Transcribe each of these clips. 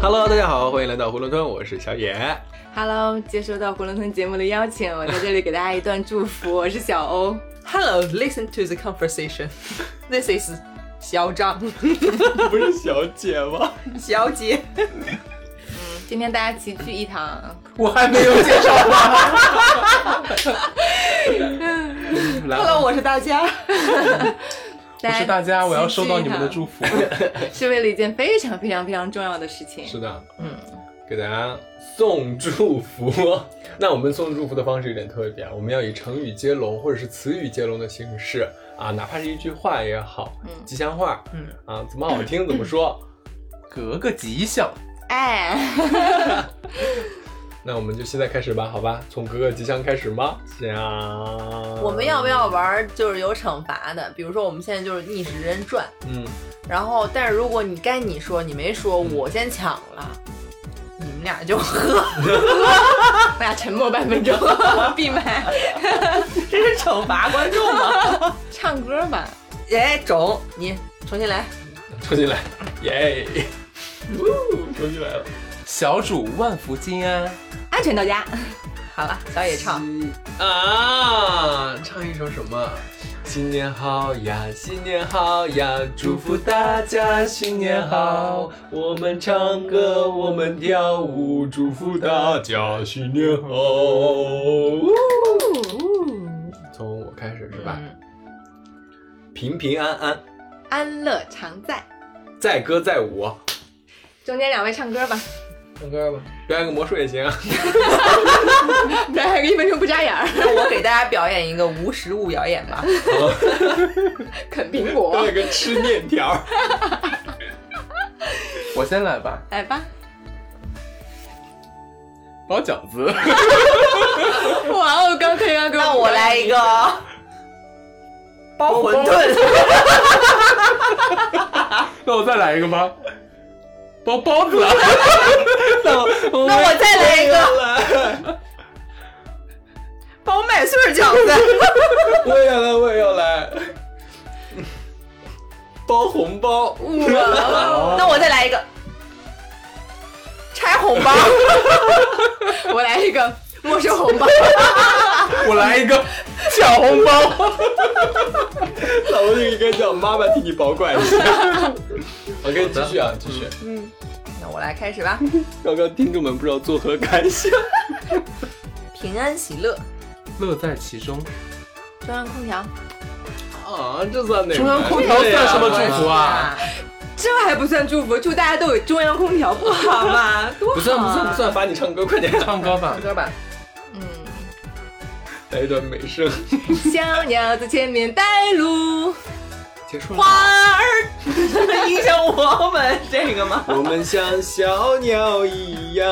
Hello，大家好，欢迎来到囫囵吞，我是小野。 Hello，接收到《囫囵吞》节目的邀请，我在这里给大家一段祝福。我是小欧， Hello, listen to the conversation. This is 小 张 不是小姐吗？小姐，今天大家齐聚一堂，我还没有介绍完。 来吧，我是大家。大我家是大家，我要收到你们的福，祝 福。是为了一件非常非常非常重要的事情。是的，嗯，给大家送祝福。 那我们送祝福的方式有点特别啊，我们要以成语接龙或者是词语接龙的形式啊，哪怕是一句话也好，吉祥话，嗯啊，怎么好听怎么 说。格个吉祥，哎， 那我们就现在开始吧，好吧？从格格吉祥开始吗？祥，我们要不？要玩？就是有惩罚的，比如说我们现在就是逆时针转，嗯，然后但是如果你该你说你没说，我先抢了，你们俩就 喝，我俩沉默半分钟，我闭麦，这是惩罚观众吗？唱歌吧。 哎，种，你重新来。冲进来，耶！冲进来了。小主万福金安。安全到家，好了，小野唱，啊，唱一首什么？新年好呀，新年好呀，祝福大家新年好！我们唱歌，我们跳舞，祝福大家新年好。从我开始是吧？嗯，平平安安，安乐常在。载歌载舞，中间两位唱歌吧，唱歌吧，表 演个魔术也行啊。表演个一分钟不眨眼儿，那我给大家表演一个无实物表演吧。啃苹果表。演个吃面条。我先来吧，来吧，包饺 子。哇哦，刚才要给那我来一个包馄饨，那我再来一个吧，包包 子。啊那我再来 一个包麦穗儿饺 子，我也要来，我也要来。包红包， 那我再来一个拆红包，我来一个没收红包，我来一个抢红包。老吴就应该叫妈妈替你保管一下。OK，继续啊，继续。那我来开始吧。刚刚听众们不知道作何感想？平安喜乐，乐在其中。中央空调。啊，这算哪哎门？中央空调算什么祝福啊？这还不算祝福，祝大家都有中央空调，不好吗？多不算不算不算，罚你唱歌，快点，唱歌吧唱，歌吧，嗯，来一段美声。小鸟在前面带路，结束了。花儿影响我们这个 吗？我们像小鸟一样，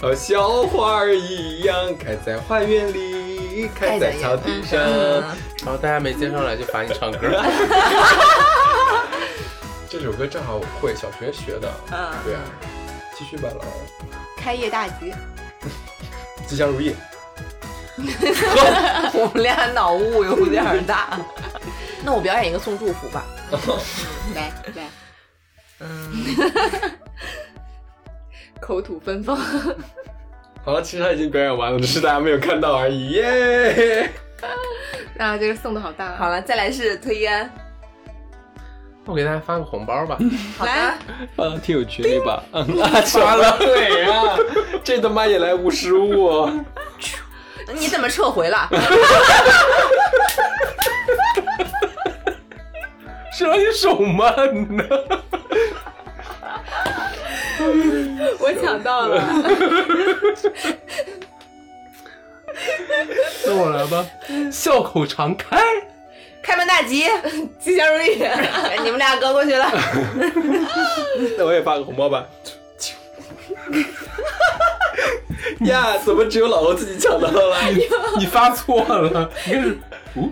和小花儿一样，开在花园里，开在草地上。嗯，然后大家没接上来就罚你唱歌。 这首歌正好我会，小学学的。嗯对啊，继续吧，老王。开业大吉。吉祥如意。我们俩脑雾有点大。那我表演一个送祝福吧。来来，嗯，口吐芬 芳。好了，其实他已经表演完了，只是大家没有看到而已。耶！啊，这个送的好大啊。好了，再来是推烟。我给大家发个红包吧。好的来，放到听友群里吧。 嗯，啊，刷了。对 啊，这他妈也来无实物。你怎么撤回 了？ 是让你手慢呢。我抢到了。那我来吧，笑口常 开。开门大 吉，吉祥如意。你们俩隔过 去了。那我也发个红包吧。呀，怎么只有老罗自己抢到了？ 你发错了，应该是五。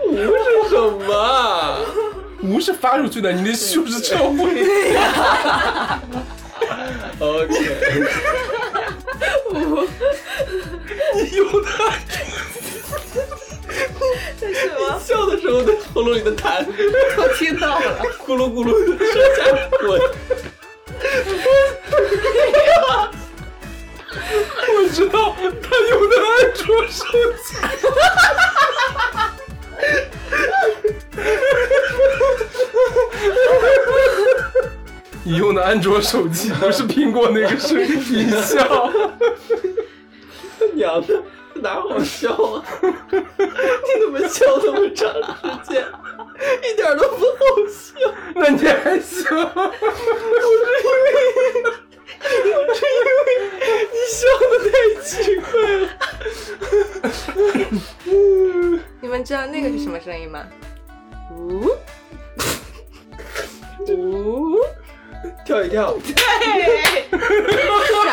这什么啊？无是发出去的，你的秀是撤回。 OK，你有他这是 我笑的时候的喉咙里的痰都听到了。 咕噜咕噜地往下滚。我知道他有的安卓手机。你用的安卓手机不是苹果那个声音效，娘的，哪好笑啊！你怎么笑那么长时间，一点都不好笑。那你还行。我是因为你笑的太奇怪了。你们知道那个是什么声音吗？呜呜，跳一跳， 啥？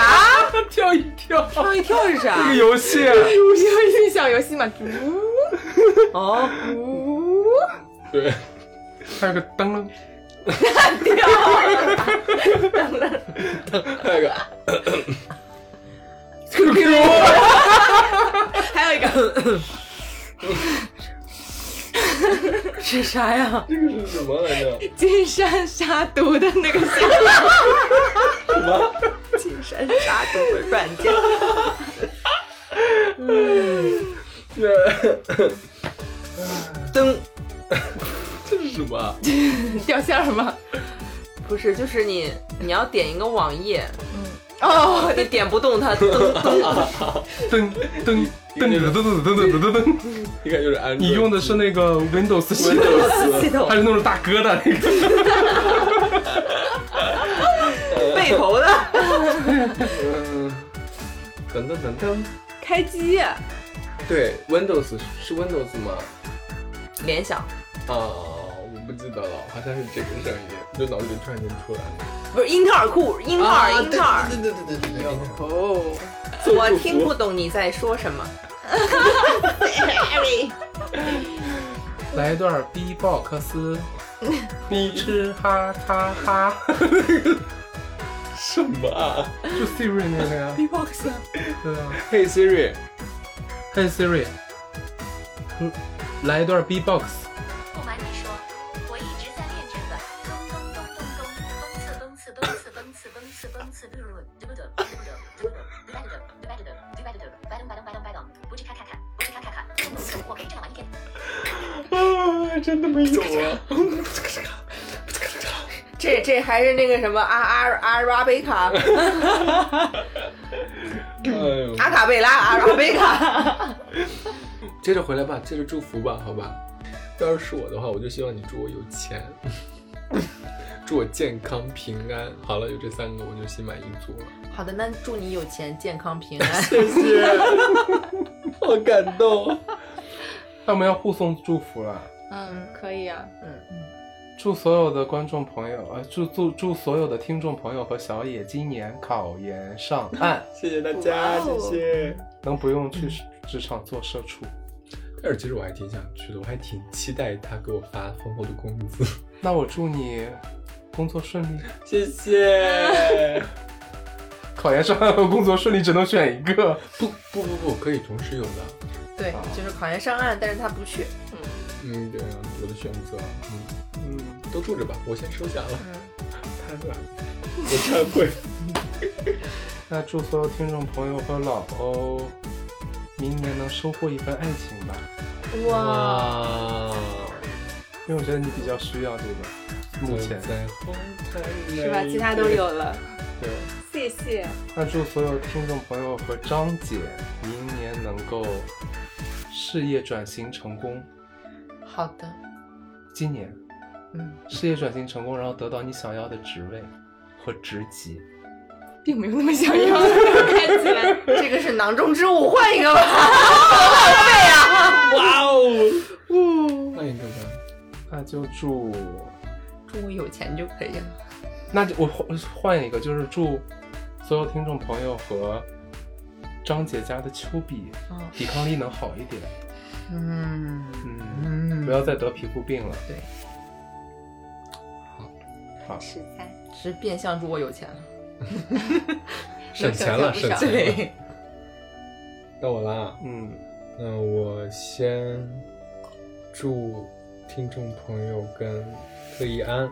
跳一跳，放一跳是啥这个？游啊戏不是小游戏嘛？呜哦，呜，对， 还有个噔，那个还有一个是啥呀？这个是什么来着？金山杀毒的那个小什么？金山杀毒软件。噔，这是什么？掉线儿吗？不是，就是你你要点一个网页，哦，你点不 动它，噔噔，噔噔噔噔噔噔噔噔噔噔。应该就是安卓。你用的是那个 Windows 系统， Windows 系统还是那种大疙瘩那个？背头的。嗯，噔噔噔噔，开机，对，Windows 是 Windows 吗？联想啊，我不记得了，好像是这个声音，就脑子里突然间出来了。啊不是英特尔酷，英特尔，英特尔。对对对对对对。哦，我听不懂你在说什么。来一段 B-box，你吃哈哈哈， 什么啊？就 Siri 那个呀， b b o x 对啊。嘿 Siri，嘿 Siri，嗯，来一段 B-box，不瞒你说，我一直在练这个。咚咚咚咚咚，蹦次蹦次蹦次蹦次蹦次蹦次，嘟嘟嘟嘟嘟嘟嘟嘟嘟嘟嘟嘟嘟嘟嘟嘟，白咚白咚白咚白咚，不是咔咔咔，不是咔咔咔，咚咚咚，我可以这样玩一天。啊，真的没有啊！这这还是那个什么阿阿阿拉贝卡，哎呦，阿卡贝拉，阿拉贝卡。接着回来吧，接着祝福吧，好吧。要是我的话，我就希望你祝我有钱， 祝我健康平安。好了，有这三个我就心满意足了。好的，那祝你有钱、健康、平安。谢 谢，好感动。那我们要互送祝福了。嗯，可以啊，祝所有的观众朋友，呃，祝祝祝所有的听众朋友和小野今年考研上岸，谢谢大家，哇哦谢谢。能不用去职场做社畜。但是其实我还挺想去的，我还挺期待他给我发丰厚的工资。那我祝你工作顺利， 谢谢。考研上岸和工作顺利只能选一个。 不不不不，可以同时有的。 对，就是考研上岸，但是他不去。嗯，对，我的选择，嗯，嗯，都住着吧，我先收下了。嗯， 瘫了，我忏悔。那祝所有听众朋友和老欧明年能收获一份爱情吧，哇，哇，因为我觉得你比较需要这个，目前在红毯内是吧？其他都有了，对。谢谢。那祝所有听众朋友和张姐明年能够事业转型成功，好的。今年嗯，事业转型成功，然后得到你想要的职位和职级。并没有那么想要，看起来这个是囊中之物，换一个吧。 哇哦，欢迎大家。那就祝，祝我有钱就可以了。那就我换换一个，就是祝所有听众朋友和张姐家的丘比嗯抵抗力能好一点，嗯嗯，嗯不要再得皮肤病了。对，好，实在是变相祝我有钱了。省钱了，能省省下不少钱了。对，到我啦，嗯， 那我先祝听众朋友跟特一安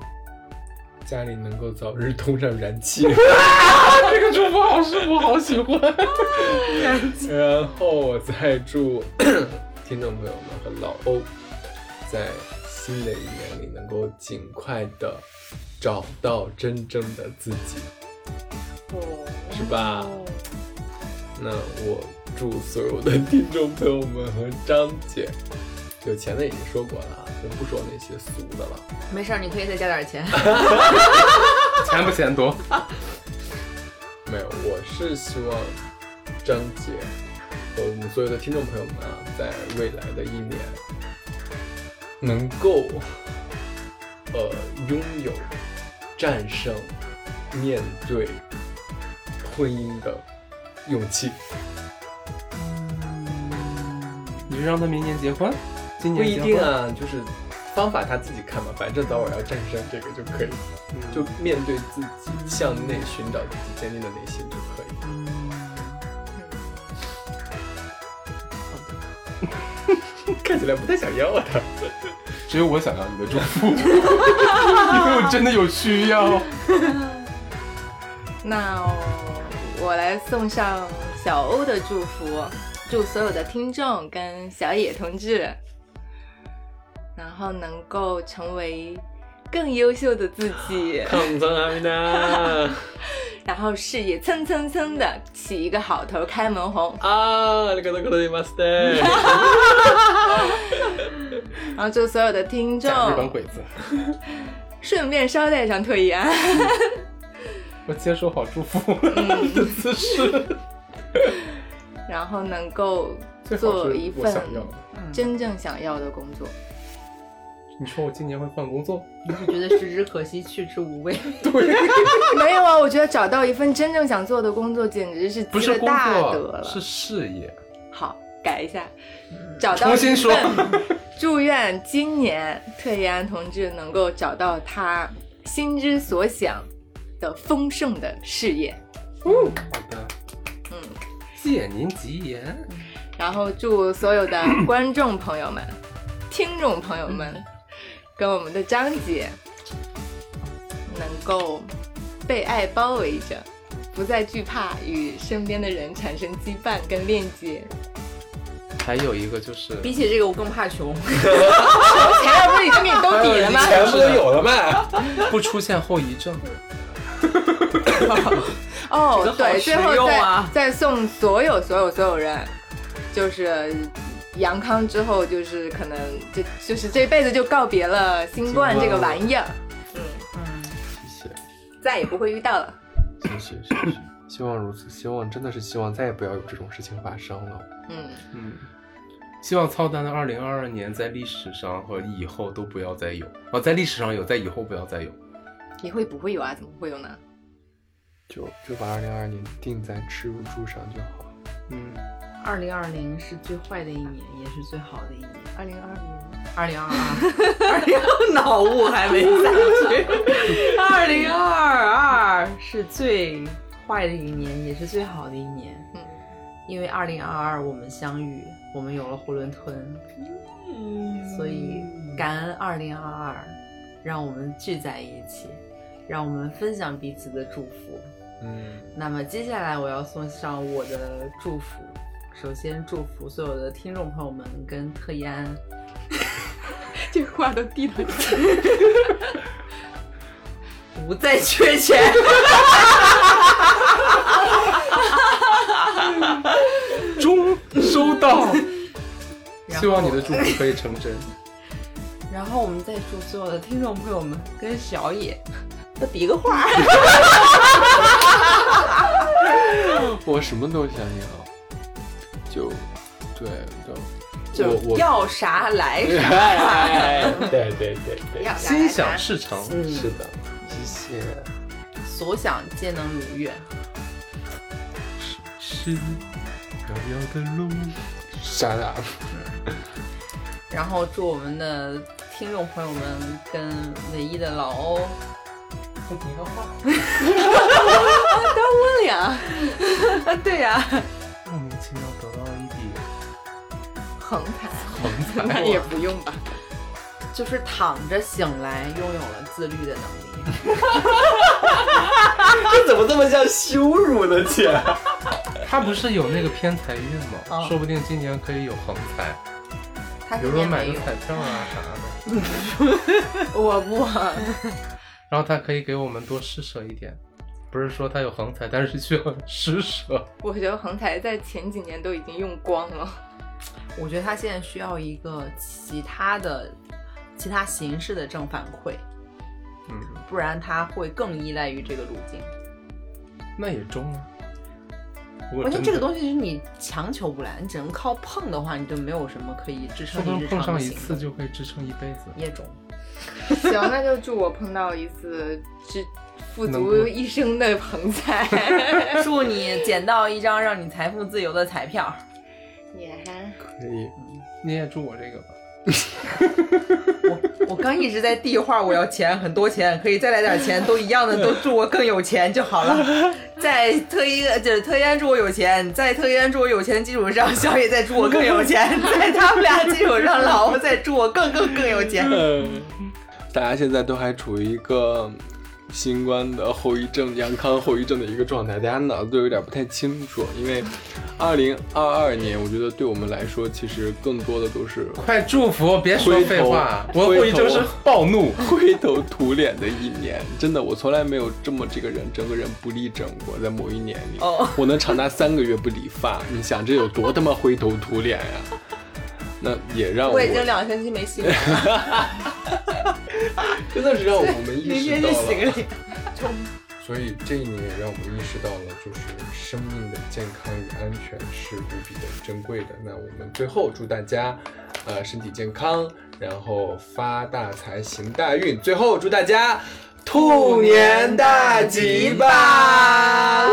家里能够早日通上燃 气。这个祝福好是我好喜欢。然后我再祝 听众朋友们和老欧，在新的一年里能够尽快的找到真正的自己，是吧？那我祝所有的听众朋友们和张姐，有钱的已经说过了，我们不说那些俗的了。没事儿，你可以再加点钱。 钱不嫌多，没有，我是希望张姐和我们所有的听众朋友们啊，在未来的一年能够呃拥有战胜面对婚姻的勇气。你就让他明年结婚，今不年一结婚定，啊，就是方法他自己看吧，反正早晚要战胜这个就可以，嗯就面对自己，向内寻找自己坚定的内心就可以。看起来不太想要啊。只有我想要你的祝福， 因为我真的有需要。那我来送上小欧的祝福，祝所有的听众跟小野同志，然后能够成为更优秀的自己，抗争阿米娜。然后事业蹭蹭蹭的起一个好头，开门红。あー、ありがとうございました。然后祝所有的听众假日本鬼子，顺便捎带上啊特一安。我接受好祝福 的姿势，然后能够最好做是一我份想要的。真正想要的工作。你说我今年会换工作？你是觉得食之可惜，去之无味。 没有啊，我觉得找到一份真正想做的工作，简直是不积是了工大德作，了。是事业。好，改一下，找到重新说一份。 祝愿今年特一安同志能够找到他心之所想的丰盛的事业。好的，嗯，借您吉言。然后祝所有的 观众朋友们、听众朋友们，嗯跟我们的张姐能够被爱包围着，不再惧怕与身边的人产生羁绊跟链 接。还有一个就是，比起这个，我更怕穷。前面不是已经给你兜底了吗？全部都有了嘛？不出现后遗症。这个哦，好对，实最后用再、啊再送所有所有所有人，就是。阳康之后，就是可能就就是这辈子就告别了新冠这个玩意儿，谢谢。再也不会遇到了。谢谢谢谢，希望如此，希望真的是希望再也不要有这种事情发生了。嗯。嗯，希望操蛋的二零二二年在历史上和以后都不要再有。哦，在历史上有，在以后不要再有。也会不会有啊？怎么会有呢？就就把二零二二年定在耻辱柱上就好。嗯，二零二零是最坏的一年，也是最好的一年。二零二零，二零二二，二零脑雾还没散去。二零二二是最坏的一年，也是最好的一年。嗯，因为二零二二我们相遇，我们有了囫囵吞，嗯所以感恩二零二二，让我们聚在一起，让我们分享彼此的祝福。嗯，那么接下来我要送上我的祝福。首先祝福所有的听众朋友们跟特一安 这话都低 了。不再缺钱。中收到。 然后希望你的祝福可以成 真。然后我们再祝所有的听众朋友们跟小野都比个话。我什么都想要，就对，就就是我我。要啥来啥。 哎 对对对对，要心想事成。嗯，是的，谢谢。所想皆能如愿。是遥遥的路，啥 的？然后祝我们的听众朋友们跟唯一的老欧问 呀，对呀、莫名其妙得到了一笔横财，横财那也不用吧。就是躺着醒来拥有了自律的能力。这怎么这么像羞辱呢， 姐？他不是有那个偏财运吗？哦说不定今年可以有横财，他 今比如说年买没个有，彩票啊啥的。我不， 然后他可以给我们多施舍一点，不是说他有横财，但是需要施舍。我觉得横财在前几年都已经用光了。我觉得他现在需要一个其他的、其他形式的正反馈，嗯，不然他会更依赖于这个路径。那也中啊。如果关键真这个的东西是你强求不来，你只能靠碰的话，你就没有什么可以支说撑不你定日碰常上的一行动次就可以支撑一辈子。也中。 行，那就祝我碰到一次之富能够足一生的横财。祝你捡到一张让你财富自由的彩票。也还可以，你也祝我这个吧。 我我刚一直在递话，我要钱，很多钱，可以再来点钱，都一样的，都祝我更有钱就好 了。再特意就是特意安祝我有钱，在特意安祝我有钱的基础上，小野再祝我更有 钱，在他们俩基础上，老欧再祝我更更更有钱。嗯大家现在都还处于一个新冠的后遗症、阳康后遗症的一个状态，大家脑子都有点不太清楚，因为二零二二年，我觉得对我们来说，其实更多的都是快祝福，别说废话灰，头我会就是暴怒。灰头土脸的一年， 真的，我从来没有这么这个人，整个人不立正过。在某一年里，哦我能长达三个月不理发，你想这有多他妈灰头土脸呀、那也让我我已经两星期没洗脸了，真的是让我们 意明识天到去洗个了，脸。所以这一年也让我们意识到了，就是生命的健康与安全是无比的珍贵的。那我们最后祝大家，呃，身体健康，然后发大财，行大运。最后祝大家兔年大吉吧！